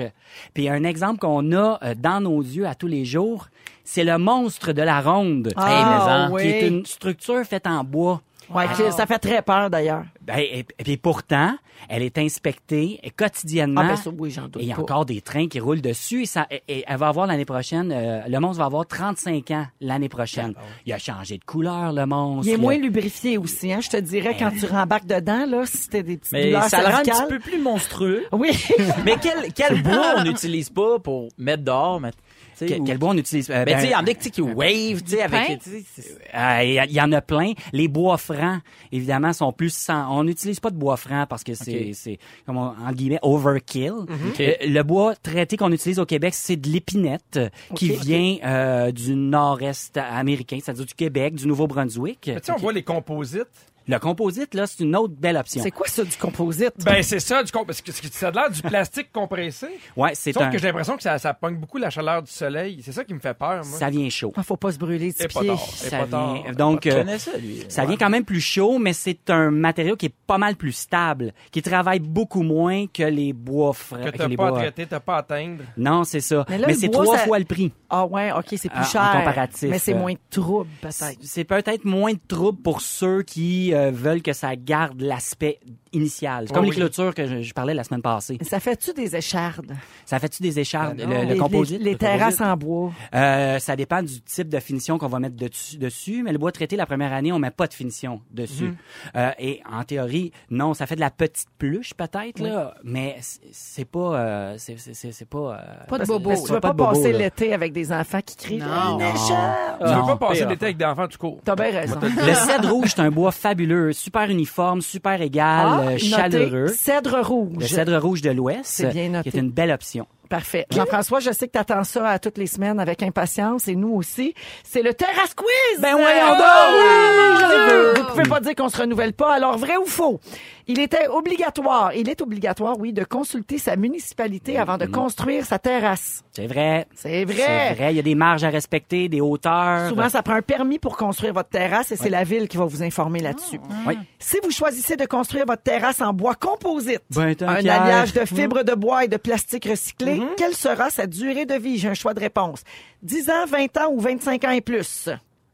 Speaker 2: Puis un exemple qu'on a euh, dans nos yeux à tous les jours, c'est le monstre de la ronde,
Speaker 4: Ah,
Speaker 2: qui est
Speaker 4: oui.
Speaker 2: une structure faite en bois.
Speaker 4: Ouais, que- Ça fait très peur, d'ailleurs.
Speaker 2: Ben, et, et puis pourtant, elle est inspectée quotidiennement.
Speaker 4: Ah, ben ça, oui, j'en doute
Speaker 2: Et il y a
Speaker 4: pas.
Speaker 2: encore des trains qui roulent dessus. Et, ça, et- et elle va avoir l'année prochaine, euh, le monstre va avoir 35 ans l'année prochaine. Il a changé de couleur, le monstre.
Speaker 4: Ah, Il est
Speaker 2: Le-
Speaker 4: moins lubrifié aussi, hein. Je te dirais, quand tu rembarques dedans, là, si t'as des petites
Speaker 6: Mais
Speaker 4: douleurs
Speaker 6: ça le rend un
Speaker 4: cervicales-
Speaker 6: petit peu plus monstrueux.
Speaker 4: Oui.
Speaker 6: Mais quel, quel bois on n'utilise pas pour mettre dehors, mais, tu sais,
Speaker 2: Quel,
Speaker 6: ou-
Speaker 2: quel bois on utilise? Euh,
Speaker 6: Mais
Speaker 2: ben,
Speaker 6: tu sais, il y en a qui tu sais, qui wave, tu sais, avec
Speaker 5: pain?
Speaker 6: les, tu sais, c'est-
Speaker 2: Euh, Il y en a plein. Les bois francs, évidemment, sont plus sans. On n'utilise pas de bois franc parce que c'est,
Speaker 6: Ok.
Speaker 2: c'est comme on- en guillemets, overkill.
Speaker 6: Ok.
Speaker 2: Euh, Le bois traité qu'on utilise au Québec, c'est de l'épinette euh, qui
Speaker 4: Ok.
Speaker 2: vient euh, du nord-est américain, c'est-à-dire du Québec, du Nouveau-Brunswick.
Speaker 3: Mais tu sais, on voit les composites.
Speaker 2: Le composite, là, c'est une autre belle option.
Speaker 4: C'est quoi ça du composite?
Speaker 3: Ben, c'est ça, du comp... parce que- parce que ça a l'air du plastique compressé.
Speaker 2: Ouais, c'est
Speaker 3: Sauf
Speaker 2: un.
Speaker 3: que j'ai l'impression que ça, ça pogne beaucoup la chaleur du soleil. C'est ça qui me fait peur, moi.
Speaker 2: Ça vient chaud.
Speaker 4: Ah, faut pas se brûler du
Speaker 3: Et pas
Speaker 4: pied.
Speaker 3: tard. Et
Speaker 2: Ça
Speaker 3: pas tard.
Speaker 2: vient- Donc,
Speaker 6: Je
Speaker 2: euh,
Speaker 6: connais ça, lui.
Speaker 2: Ça vient quand même plus chaud, mais c'est un matériau qui est pas mal plus stable, qui travaille beaucoup moins que les bois
Speaker 3: Que
Speaker 2: frais.
Speaker 3: t'as
Speaker 2: les
Speaker 3: pas à
Speaker 2: bois-
Speaker 3: traiter, t'as pas à atteindre.
Speaker 2: Non, c'est ça.
Speaker 4: Mais
Speaker 2: Mais,
Speaker 4: là, le
Speaker 2: c'est
Speaker 4: bois,
Speaker 2: trois
Speaker 4: ça-
Speaker 2: fois le prix.
Speaker 4: Ah ouais, OK, c'est plus
Speaker 2: En- en
Speaker 4: cher.
Speaker 2: comparatif,
Speaker 4: Mais c'est
Speaker 2: euh,
Speaker 4: moins de trouble, peut-être.
Speaker 2: C'est peut-être moins de trouble pour ceux qui euh, veulent que ça garde l'aspect initial. C'est comme
Speaker 3: Oui,
Speaker 2: les
Speaker 3: oui.
Speaker 2: clôtures que je, je parlais la semaine passée.
Speaker 4: Ça fait-tu des échardes?
Speaker 2: Ça fait-tu des échardes,
Speaker 4: Ben Non.
Speaker 2: Euh, le,
Speaker 4: Les-
Speaker 2: le composite?
Speaker 4: Les, les
Speaker 2: le
Speaker 4: terrasses
Speaker 2: composite?
Speaker 4: en bois.
Speaker 2: Euh, ça dépend du type de finition qu'on va mettre de- dessus, mais le bois traité, la première année, on met pas de finition dessus. Euh, et en théorie, non, ça fait de la petite pluche peut-être, là, mais c- c'est pas... euh, c'est- c'est c'est- c'est pas... euh,
Speaker 5: Pas de
Speaker 2: c'est-
Speaker 5: bobo.
Speaker 2: c'est
Speaker 4: Parce que tu veux pas,
Speaker 2: de bobo,
Speaker 4: passer
Speaker 2: là.
Speaker 4: l'été avec des enfants qui crient
Speaker 5: Non.
Speaker 4: Une écharde!
Speaker 3: tu
Speaker 2: Non,
Speaker 3: veux pas passer
Speaker 6: pire
Speaker 3: l'été avec des enfants, du cours.
Speaker 4: T'as bien raison.
Speaker 2: Le cèdre rouge, c'est un bois fabuleux, super uniforme, super égal, euh,
Speaker 4: Ah, notez,
Speaker 2: chaleureux.
Speaker 4: Cèdre rouge.
Speaker 2: Le cèdre rouge de l'Ouest,
Speaker 4: C'est bien noté.
Speaker 2: qui est une belle option.
Speaker 4: Parfait. Jean-François, je sais que tu attends ça à toutes les semaines avec impatience et nous aussi. C'est le Terrasse Quiz!
Speaker 2: Ben
Speaker 4: Euh,
Speaker 2: voyons donc!
Speaker 4: oui,
Speaker 5: Mon
Speaker 4: je
Speaker 5: Dieu!
Speaker 4: veux. Vous pouvez pas dire qu'on se renouvelle pas. Alors, vrai ou faux? Il était obligatoire, il est obligatoire, oui, de consulter sa
Speaker 2: Ben
Speaker 4: municipalité avant de construire sa terrasse.
Speaker 2: C'est vrai.
Speaker 4: C'est vrai.
Speaker 2: C'est vrai. Il y a des marges à respecter, des hauteurs.
Speaker 4: Souvent, ça prend un permis pour construire votre terrasse et c'est la ville qui va vous informer là-dessus.
Speaker 2: Ah. Oui.
Speaker 4: Si vous choisissez de construire votre terrasse en bois composite,
Speaker 2: Ben, tant
Speaker 4: un
Speaker 2: qu'à
Speaker 4: alliage
Speaker 2: être.
Speaker 4: de fibres de bois et de plastique recyclé, quelle sera sa durée de vie? J'ai un choix de réponse. 10 ans, 20 ans ou 25 ans et plus?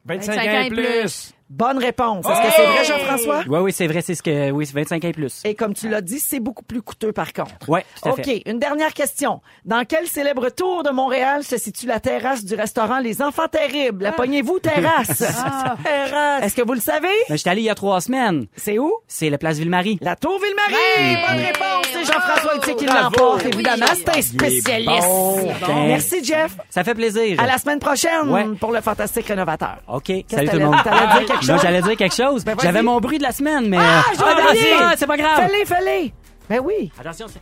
Speaker 3: 25,
Speaker 5: 25
Speaker 3: ans
Speaker 5: et
Speaker 3: et
Speaker 5: plus.
Speaker 3: plus.
Speaker 4: Bonne réponse. Est-ce que c'est vrai, Jean-François?
Speaker 2: Oui, oui, c'est vrai, c'est ce que. Oui, c'est 25 ans et plus.
Speaker 4: Et comme tu l'as dit, c'est beaucoup plus coûteux par contre.
Speaker 2: Ouais, tout à
Speaker 4: OK,
Speaker 2: fait.
Speaker 4: une dernière question. Dans quel célèbre tour de Montréal se situe la terrasse du restaurant Les Enfants Terribles? La pognez-vous, terrasse? terrasse. Est-ce que vous le savez?
Speaker 2: Ben, j'étais allé il y a trois semaines.
Speaker 4: C'est où?
Speaker 2: C'est la place Ville-Marie.
Speaker 4: La Tour Ville-Marie!
Speaker 5: Ouais.
Speaker 4: Bonne réponse! C'est Jean-François Hutier qui
Speaker 6: Bravo.
Speaker 4: l'emporte, évidemment.
Speaker 5: Oui.
Speaker 4: C'est un spécialiste.
Speaker 2: bon.
Speaker 4: Merci, Jeff.
Speaker 2: Ça fait plaisir.
Speaker 4: À la semaine prochaine
Speaker 2: Ouais. Ah,
Speaker 4: pour le Fantastique Rénovateur.
Speaker 2: OK. Salut
Speaker 4: que
Speaker 2: tout le
Speaker 4: t'allais-
Speaker 2: monde.
Speaker 4: t'allais dire quelque
Speaker 2: Non,
Speaker 4: chose?
Speaker 2: j'allais dire quelque chose.
Speaker 4: Ben, vas-y.
Speaker 2: J'avais mon bruit de la semaine, mais.
Speaker 4: Ah,
Speaker 2: euh,
Speaker 4: je vais
Speaker 2: ben,
Speaker 4: y aller.
Speaker 2: c'est pas- c'est pas grave.
Speaker 4: Fais-les, fais-les! Ben oui.
Speaker 2: Attention, c'est-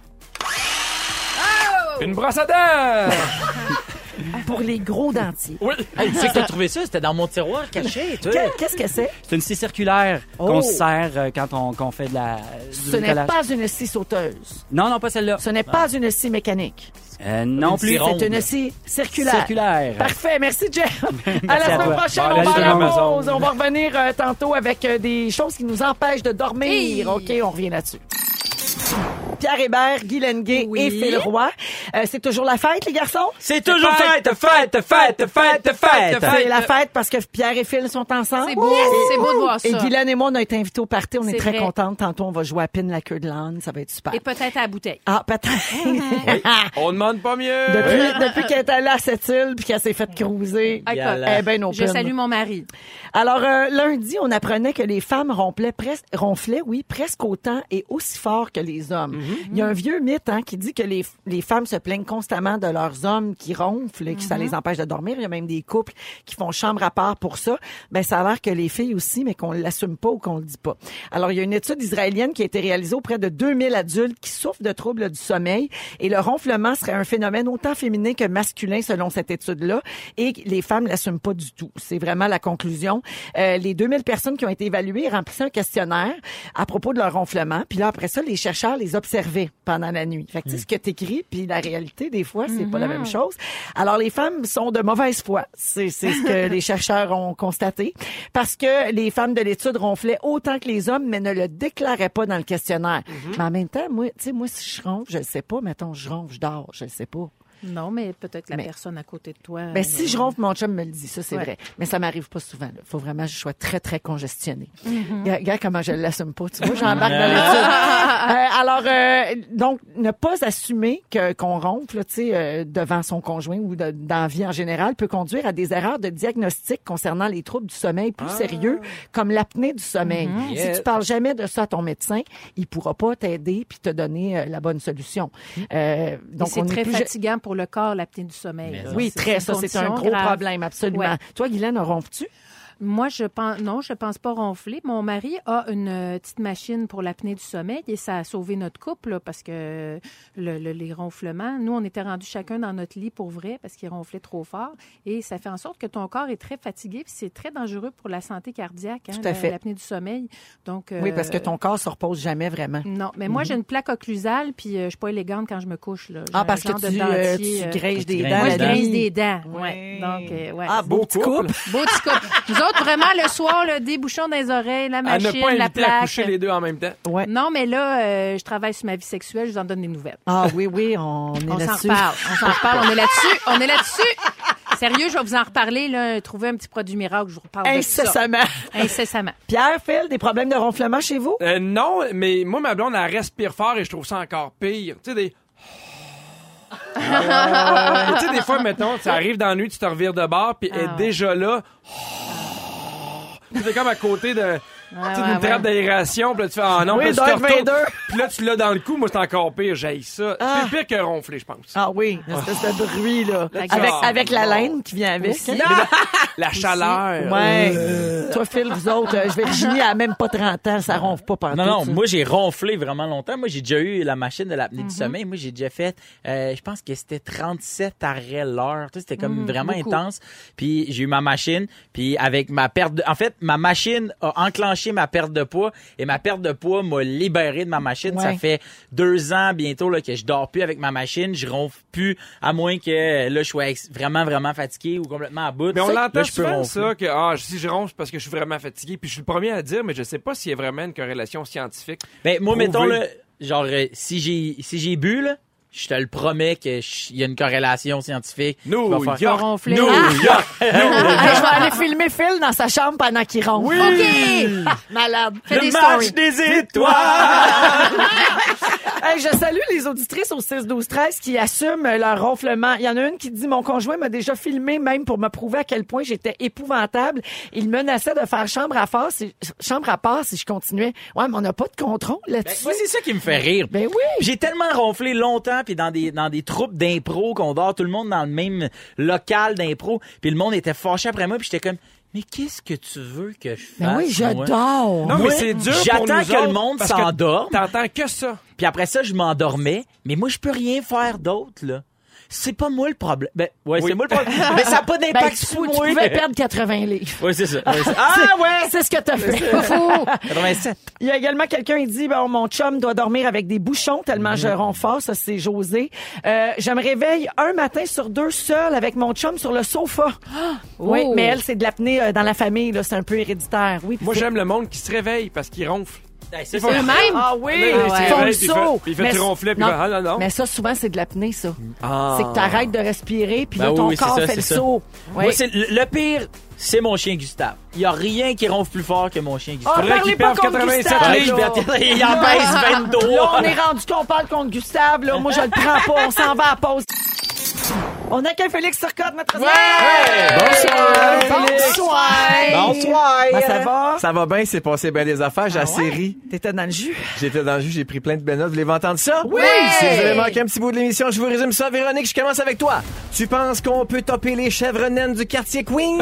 Speaker 3: Une brosse à dents!
Speaker 2: Ah.
Speaker 4: Pour les gros dentiers.
Speaker 6: Oui. Hey, tu sais que t'as trouvé ça? C'était dans mon tiroir caché, tu
Speaker 4: Que- Qu'est-ce que c'est?
Speaker 2: c'est une scie circulaire
Speaker 4: Oh.
Speaker 2: qu'on se sert euh, quand on, qu'on fait de la. du
Speaker 4: Ce n'est
Speaker 2: bricolage.
Speaker 4: pas une scie sauteuse.
Speaker 2: Non, non, pas celle-là.
Speaker 4: Ce n'est pas une scie mécanique.
Speaker 2: Euh, non
Speaker 6: Une
Speaker 2: plus.
Speaker 6: scie ronde.
Speaker 4: C'est une scie circulaire.
Speaker 2: Circulaire.
Speaker 4: Parfait, merci Jeff. à la
Speaker 2: Merci à
Speaker 4: semaine
Speaker 2: toi.
Speaker 4: prochaine,
Speaker 3: Bon,
Speaker 4: on va à
Speaker 3: allez,
Speaker 4: la
Speaker 3: tout le monde.
Speaker 4: pause. On va revenir euh, tantôt avec euh, des choses qui nous empêchent de
Speaker 5: Hey.
Speaker 4: dormir. OK, on revient là-dessus. Pierre Hébert, Guy Lenguet
Speaker 5: Oui.
Speaker 4: et Phil Roy. Euh, c'est toujours la fête, les garçons?
Speaker 6: C'est toujours fête, fête, fête, fête, fête.
Speaker 4: C'est la fête parce que Pierre et Phil sont ensemble.
Speaker 5: C'est beau, c'est beau de voir ça.
Speaker 4: Et Guylaine et moi, on a été invités au party. On est,
Speaker 5: C'est
Speaker 4: très
Speaker 5: vrai.
Speaker 4: contentes. Tantôt, on va jouer à Pin la queue de l'âne. Ça va être super.
Speaker 5: Et peut-être à la bouteille.
Speaker 4: Ah, peut-être.
Speaker 3: On demande pas mieux!
Speaker 4: depuis depuis qu'elle est allée à cette île puis qu'elle s'est faite cruiser.
Speaker 5: Écoute,
Speaker 6: Gala.
Speaker 4: Eh ben, non,
Speaker 5: je salue mon mari.
Speaker 4: Alors, euh, lundi, on apprenait que les femmes ronflaient, presque, ronflaient, oui, presque autant et aussi fort que les hommes. Il y a un vieux mythe hein, qui dit que les, les femmes se plaignent constamment de leurs hommes qui ronflent, et que ça les empêche de dormir. Il y a même des couples qui font chambre à part pour ça. Ben, ça a l'air que les filles aussi, mais qu'on l'assume pas ou qu'on le dit pas. Alors, il y a une étude israélienne qui a été réalisée auprès de 2000 adultes qui souffrent de troubles du sommeil et le ronflement serait un phénomène autant féminin que masculin selon cette étude-là et les femmes l'assument pas du tout. C'est vraiment la conclusion. Euh, les 2000 personnes qui ont été évaluées remplissaient un questionnaire à propos de leur ronflement. Puis là, après ça, les chercheurs les observaient pendant la nuit. Fait que, tu sais, ce que t'écris puis la réalité, des fois, c'est pas la même chose. Alors, les femmes sont de mauvaise foi. C'est c'est ce que les chercheurs ont constaté. Parce que les femmes de l'étude ronflaient autant que les hommes, mais ne le déclaraient pas dans le questionnaire. Mais en même temps, moi, tu sais, moi, si je ronfle, je le sais pas. Mettons, je ronfle, je dors, je le sais pas.
Speaker 5: Non, mais peut-être que la
Speaker 4: Mais-
Speaker 5: personne à côté de toi.
Speaker 4: Ben, si je
Speaker 5: rentre
Speaker 4: ronfle, mon chum me le dit, ça, c'est
Speaker 5: Euh, Ouais.
Speaker 4: vrai. Mais ça m'arrive pas souvent. Il faut vraiment que je sois très, très congestionnée.
Speaker 5: Mm-hmm.
Speaker 4: Regarde comment je l'assume pas. Tu vois, j'embarque dans l'étude.
Speaker 5: Ah.
Speaker 4: Euh, alors, euh, donc, ne pas assumer que qu'on ronfle, tu sais, euh, devant son conjoint ou de- dans la vie en général, peut conduire à des erreurs de diagnostic concernant les troubles du sommeil
Speaker 5: Ah.
Speaker 4: plus sérieux, comme l'apnée du sommeil.
Speaker 5: Mm-hmm.
Speaker 4: Si tu parles jamais de ça à ton médecin, il pourra pas t'aider puis te donner euh, la bonne solution. Euh, donc,
Speaker 5: Mm. c'est
Speaker 4: on est
Speaker 5: très
Speaker 4: plus-
Speaker 5: fatigant pour le corps, l'apnée du sommeil. là.
Speaker 4: oui, très.
Speaker 5: Euh, une
Speaker 4: Ça, c'est un
Speaker 5: condition
Speaker 4: gros
Speaker 5: grave.
Speaker 4: problème, absolument.
Speaker 5: Ouais.
Speaker 4: Toi, Guylaine, ronfles-tu?
Speaker 5: Moi, je pense, non, je pense pas ronfler. Mon mari a une euh, petite machine pour l'apnée du sommeil et ça a sauvé notre couple là, parce que le- le- les ronflements, nous, on était rendus chacun dans notre lit pour vrai parce qu'il ronflait trop fort et ça fait en sorte que ton corps est très fatigué puis c'est très dangereux pour la santé cardiaque, hein,
Speaker 4: Tout à
Speaker 5: la-
Speaker 4: fait.
Speaker 5: l'apnée du sommeil. Donc,
Speaker 4: Oui, parce que
Speaker 5: euh,
Speaker 4: ton corps se repose jamais vraiment.
Speaker 5: Non, mais moi, j'ai une plaque occlusale, puis euh, je suis pas élégante quand je me couche. Là. J'ai
Speaker 4: Ah,
Speaker 5: un
Speaker 4: parce que
Speaker 5: genre de
Speaker 4: tu, euh,
Speaker 5: dentier, euh,
Speaker 4: tu grèges des
Speaker 6: Moi,
Speaker 4: dents.
Speaker 5: Moi, je
Speaker 6: la
Speaker 5: grise
Speaker 6: dent.
Speaker 5: des dents.
Speaker 4: Oui.
Speaker 5: Ouais. Donc, euh, ouais.
Speaker 4: Ah, beau
Speaker 3: Petit
Speaker 4: couple.
Speaker 5: Beau petit couple. Nous autres, vraiment, le soir, là, des bouchons dans les oreilles, la
Speaker 3: à
Speaker 5: machine,
Speaker 3: ne pas inviter
Speaker 5: la
Speaker 3: à
Speaker 5: plaque.
Speaker 3: coucher les deux en même temps.
Speaker 4: Ouais.
Speaker 5: Non, mais là, euh, je travaille sur ma vie sexuelle, je vous en donne des nouvelles.
Speaker 4: Ah oui, oui, on est
Speaker 5: On s'en
Speaker 4: là-dessus.
Speaker 5: reparle. On s'en reparle. On est là-dessus. On est là-dessus. Sérieux, je vais vous en reparler. Là, trouver un petit produit miracle, je vous reparle de ça.
Speaker 4: Incessamment.
Speaker 5: Incessamment.
Speaker 4: Pierre, Phil, des problèmes de ronflement chez vous?
Speaker 3: Euh, non, mais moi, ma blonde, elle respire fort et je trouve ça encore pire. Tu sais, des... Mais tu sais, des fois, mettons, tu arrives dans la nuit, tu te revires de bord, puis elle est
Speaker 5: ouais.
Speaker 3: déjà là. Tu es comme à côté de...
Speaker 5: Ouais,
Speaker 3: Tu sais,
Speaker 5: ouais,
Speaker 3: une trappe
Speaker 5: ouais.
Speaker 3: d'aération, puis là, tu fais Ah non,
Speaker 4: Oui,
Speaker 3: puis là, tu
Speaker 4: Darth
Speaker 3: te retournes,
Speaker 4: Vader.
Speaker 3: puis là, tu l'as dans le cou. Moi, c'est encore pire, j'ai ça.
Speaker 4: Ah.
Speaker 3: C'est pire que ronfler, je pense.
Speaker 4: Ah oui,
Speaker 5: Oh.
Speaker 4: l'espèce de bruit, là.
Speaker 5: Fait que-
Speaker 4: Avec,
Speaker 3: Ah,
Speaker 4: avec la laine qui vient avec.
Speaker 5: Aussi.
Speaker 4: hein.
Speaker 3: La chaleur.
Speaker 4: Ouais. Toi, Phil, vous autres, euh, je vais Virginie, elle a même pas 30 ans, ça ronfle pas pendant
Speaker 6: Non, non, moi j'ai ronflé vraiment longtemps. Moi j'ai déjà eu la machine de l'apnée
Speaker 4: Mm-hmm.
Speaker 6: du sommeil. Moi j'ai déjà fait, euh, je pense que c'était 37 arrêts l'heure. Tu sais, C'était
Speaker 4: Mm,
Speaker 6: comme vraiment
Speaker 5: beaucoup.
Speaker 6: intense. Puis j'ai eu ma machine, puis avec ma perte de... En fait, ma machine a enclenché ma perte de poids et ma perte de poids m'a libéré de ma machine.
Speaker 4: Ouais.
Speaker 6: Ça fait deux ans bientôt là, que je dors plus avec ma machine. Je ronfle plus, à moins que là je sois ex- vraiment, vraiment fatigué ou complètement à bout.
Speaker 3: Mais on
Speaker 6: Là,
Speaker 3: l'entend
Speaker 6: je peux
Speaker 3: souvent,
Speaker 6: ronfler.
Speaker 3: ça, que ah, si je ronfle, c'est parce que je suis vraiment fatigué. Puis je suis le premier à dire, mais je sais pas s'il y a vraiment une corrélation scientifique.
Speaker 6: Ben, moi,
Speaker 3: Prouver.
Speaker 6: mettons, là, genre, euh, si j'ai, si j'ai bu, là, je te le promets qu'il y a une corrélation scientifique.
Speaker 3: New
Speaker 6: Je vais faire-
Speaker 3: York,
Speaker 5: ronfler.
Speaker 3: New
Speaker 5: Ah!
Speaker 3: York.
Speaker 4: Hey, je vais aller filmer Phil dans sa chambre pendant qu'il ronfle.
Speaker 5: OK!
Speaker 4: Malade.
Speaker 5: Fais des
Speaker 6: Le match
Speaker 5: stories.
Speaker 6: des étoiles!
Speaker 4: Hey, je salue les auditrices au 6 12 13 qui assument leur ronflement. Il y en a une qui dit mon conjoint m'a déjà filmé même pour me prouver à quel point j'étais épouvantable. Il menaçait de faire chambre à part si chambre à part si je continuais. Ouais, mais on n'a pas de contrôle
Speaker 6: Ben,
Speaker 4: là-dessus.
Speaker 6: moi, c'est ça qui me fait rire.
Speaker 4: Ben oui.
Speaker 6: J'ai tellement ronflé longtemps, puis dans des, dans des troupes d'impro qu'on dort tout le monde dans le même local d'impro, puis le monde était fâché après moi, puis j'étais comme, mais qu'est-ce que tu veux que je fasse?
Speaker 4: Ben oui, je
Speaker 6: Ah, moi?
Speaker 4: dors.
Speaker 3: Non,
Speaker 6: Moi,
Speaker 3: mais c'est dur pour
Speaker 6: j'attends
Speaker 3: nous
Speaker 6: que le
Speaker 3: autres,
Speaker 6: monde
Speaker 3: parce que
Speaker 6: s'endorme.
Speaker 3: T'entends que ça.
Speaker 6: Puis après ça, je m'endormais. Mais moi, je peux rien faire d'autre, là. C'est pas moi le problème. Ben, ouais,
Speaker 3: Oui.
Speaker 6: c'est moi le problème. Mais ça n'a pas
Speaker 4: Ben,
Speaker 6: d'impact
Speaker 4: tu,
Speaker 6: sur
Speaker 4: pou- tu
Speaker 6: moi.
Speaker 4: pouvais perdre 80 livres.
Speaker 6: Ouais, c'est ça. Ouais, c'est- ah, ouais!
Speaker 4: C'est ce que t'as fait.
Speaker 5: Pas fou.
Speaker 6: 87.
Speaker 4: Il y a également quelqu'un qui dit bon mon chum doit dormir avec des bouchons
Speaker 3: Mm-hmm.
Speaker 4: tellement je ronfle fort ça c'est José. Euh, je me réveille un matin sur deux seule avec mon chum sur le sofa. Oui,
Speaker 5: Oh.
Speaker 4: mais elle c'est de l'apnée euh, dans la famille là, c'est un peu héréditaire. Oui. puis
Speaker 3: Moi,
Speaker 4: c'est-
Speaker 3: j'aime le monde qui se réveille parce qu'il ronfle.
Speaker 6: Ben, c'est
Speaker 3: pas-
Speaker 5: Eux-mêmes.
Speaker 4: Ah oui,
Speaker 3: Il se
Speaker 5: ouais.
Speaker 4: ils
Speaker 3: réveille,
Speaker 4: font
Speaker 3: puis
Speaker 4: le
Speaker 3: il fait-
Speaker 4: saut.
Speaker 3: puis Il fait
Speaker 4: Mais-
Speaker 3: tu ronfler, puis il
Speaker 4: non.
Speaker 3: fait, ah non, non.
Speaker 4: Mais ça souvent c'est de l'apnée ça.
Speaker 3: Ah.
Speaker 4: C'est que t'arrêtes de respirer puis là
Speaker 6: Ben
Speaker 4: ton
Speaker 6: oui, oui, c'est
Speaker 4: corps
Speaker 6: ça,
Speaker 4: fait
Speaker 6: c'est
Speaker 4: le
Speaker 6: ça.
Speaker 4: saut. Oui.
Speaker 6: Moi, c'est le, le pire, c'est mon chien Gustave. Il y a rien qui ronfle plus fort que mon chien
Speaker 4: Ah,
Speaker 6: Gustave.
Speaker 3: Faudrait
Speaker 4: parlez
Speaker 3: qu'il
Speaker 4: pas
Speaker 3: perde
Speaker 4: contre
Speaker 3: 87
Speaker 6: Ah,
Speaker 4: Gustave,
Speaker 3: livres.
Speaker 4: là.
Speaker 6: Il en pèse 22.
Speaker 4: Là, on est rendu qu'on parle contre Gustave. Là. Moi, je le prends pas. On s'en va à pause. On a qu'un Félix Turcotte, notre Euh,
Speaker 6: Bonsoir, Félix. Bonsoir.
Speaker 4: Ben, ça va?
Speaker 7: Ah! Ça va bien, c'est passé bien des affaires.
Speaker 3: Ah.
Speaker 7: J'ai assez ri.
Speaker 4: T'étais dans le jus.
Speaker 7: J'étais dans le jus, j'ai pris plein de belles notes. Vous voulez entendre ça? Oui! Si vous avez manqué un petit bout de l'émission, je vous résume ça. Véronique, je commence avec toi. Tu penses qu'on peut topper les chèvres naines du quartier Queens?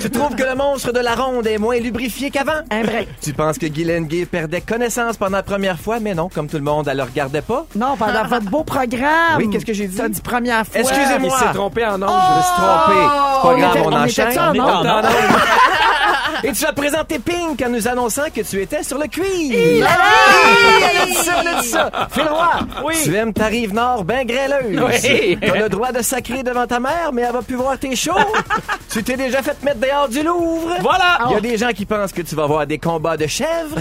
Speaker 7: tu trouves que le monstre de la ronde est moins lubrifié qu'avant?
Speaker 4: Un break.
Speaker 7: Tu penses que Guylaine Gay perdait connaissance pendant la première fois, mais non, comme tout le monde, elle le regardait pas.
Speaker 4: Non, pendant votre beau programme.
Speaker 7: Oui, qu'est-ce que j'ai Mm. dit?
Speaker 4: T'as dit première fois.
Speaker 7: Excusez-moi.
Speaker 3: Il s'est trompé en ondes.
Speaker 7: Je me suis trompé. C'est pas
Speaker 4: on
Speaker 7: grave,
Speaker 4: était-
Speaker 7: Oh! on,
Speaker 4: on était
Speaker 7: enchaîne.
Speaker 4: ça, On est non? en
Speaker 7: Non, non. Et tu as présenté Pink en nous annonçant que tu étais sur le quiz. Oui, On a dit ça, on a dit ça. Phil Roy, tu aimes ta rive nord bien grêleuse.
Speaker 6: Oui.
Speaker 7: T'as le droit de sacrer devant ta mère, mais elle va plus voir tes shows. tu t'es déjà fait mettre dehors du Louvre.
Speaker 6: Voilà.
Speaker 7: Il y a des gens qui pensent que tu vas voir des combats de chèvres.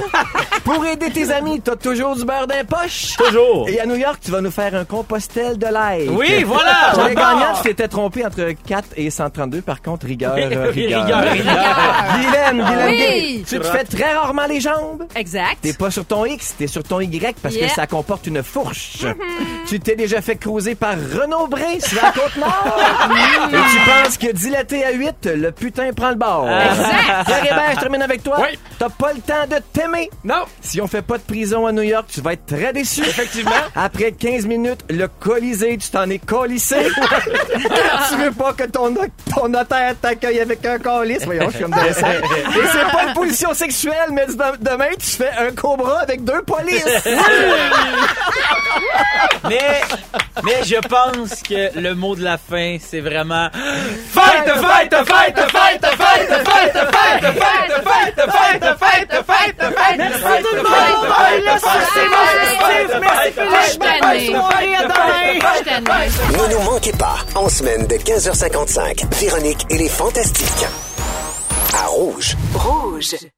Speaker 7: Pour aider tes amis, t'as toujours du beurre d'un poche.
Speaker 6: Toujours.
Speaker 7: Et à New York, tu vas nous faire un compostel de l'ail.
Speaker 6: Oui, voilà.
Speaker 7: Pour les
Speaker 6: Ah, J'adore.
Speaker 7: gagnants, tu t'étais trompé entre 4 et 132. Par contre, rigueur,
Speaker 6: Oui,
Speaker 7: euh,
Speaker 6: oui,
Speaker 7: rigueur.
Speaker 6: rigueur, rigueur.
Speaker 7: Guylaine, Guylaine,
Speaker 5: Oui.
Speaker 7: Gay, tu te fais très rarement les jambes.
Speaker 5: Exact.
Speaker 7: T'es pas sur ton X, t'es sur ton Y parce
Speaker 5: Yeah. Mm-hmm.
Speaker 7: que ça comporte une fourche. Tu t'es déjà fait cruiser par Renaud Bré sur la côte nord.
Speaker 5: Mm.
Speaker 7: Et tu penses que dilaté à 8, le putain prend le bord.
Speaker 5: Exact.
Speaker 7: Pierre Hébert, je termine avec toi.
Speaker 3: Oui.
Speaker 7: T'as pas le temps de t'aimer.
Speaker 3: Non,
Speaker 7: Si on fait pas de prison à New York, tu vas être très déçu.
Speaker 3: effectivement.
Speaker 7: Après 15 minutes, le colisée, tu t'en es colissé. tu veux pas que ton, ton notaire t'accueille avec un colis. Voyons, je suis comme dans le sac. Et c'est pas une position sexuelle, mais de- demain, tu fais un cobra avec deux polices.
Speaker 6: Mais, mais je pense que le mot de la fin, c'est vraiment
Speaker 3: Fight, fight, fight, fight, fight, fight, fight, fight, fight, fight, fight, fight, fight.
Speaker 4: Merci tout le monde. Hey, là, ça, c'est mon festif. Merci, Félix. Bonne
Speaker 5: Tannée.
Speaker 4: soirée. À demain.
Speaker 5: Je t'annonce.
Speaker 1: Ne nous manquez pas, en semaine de 15h55, Véronique et les Fantastiques. À Rouge.
Speaker 8: Rouge.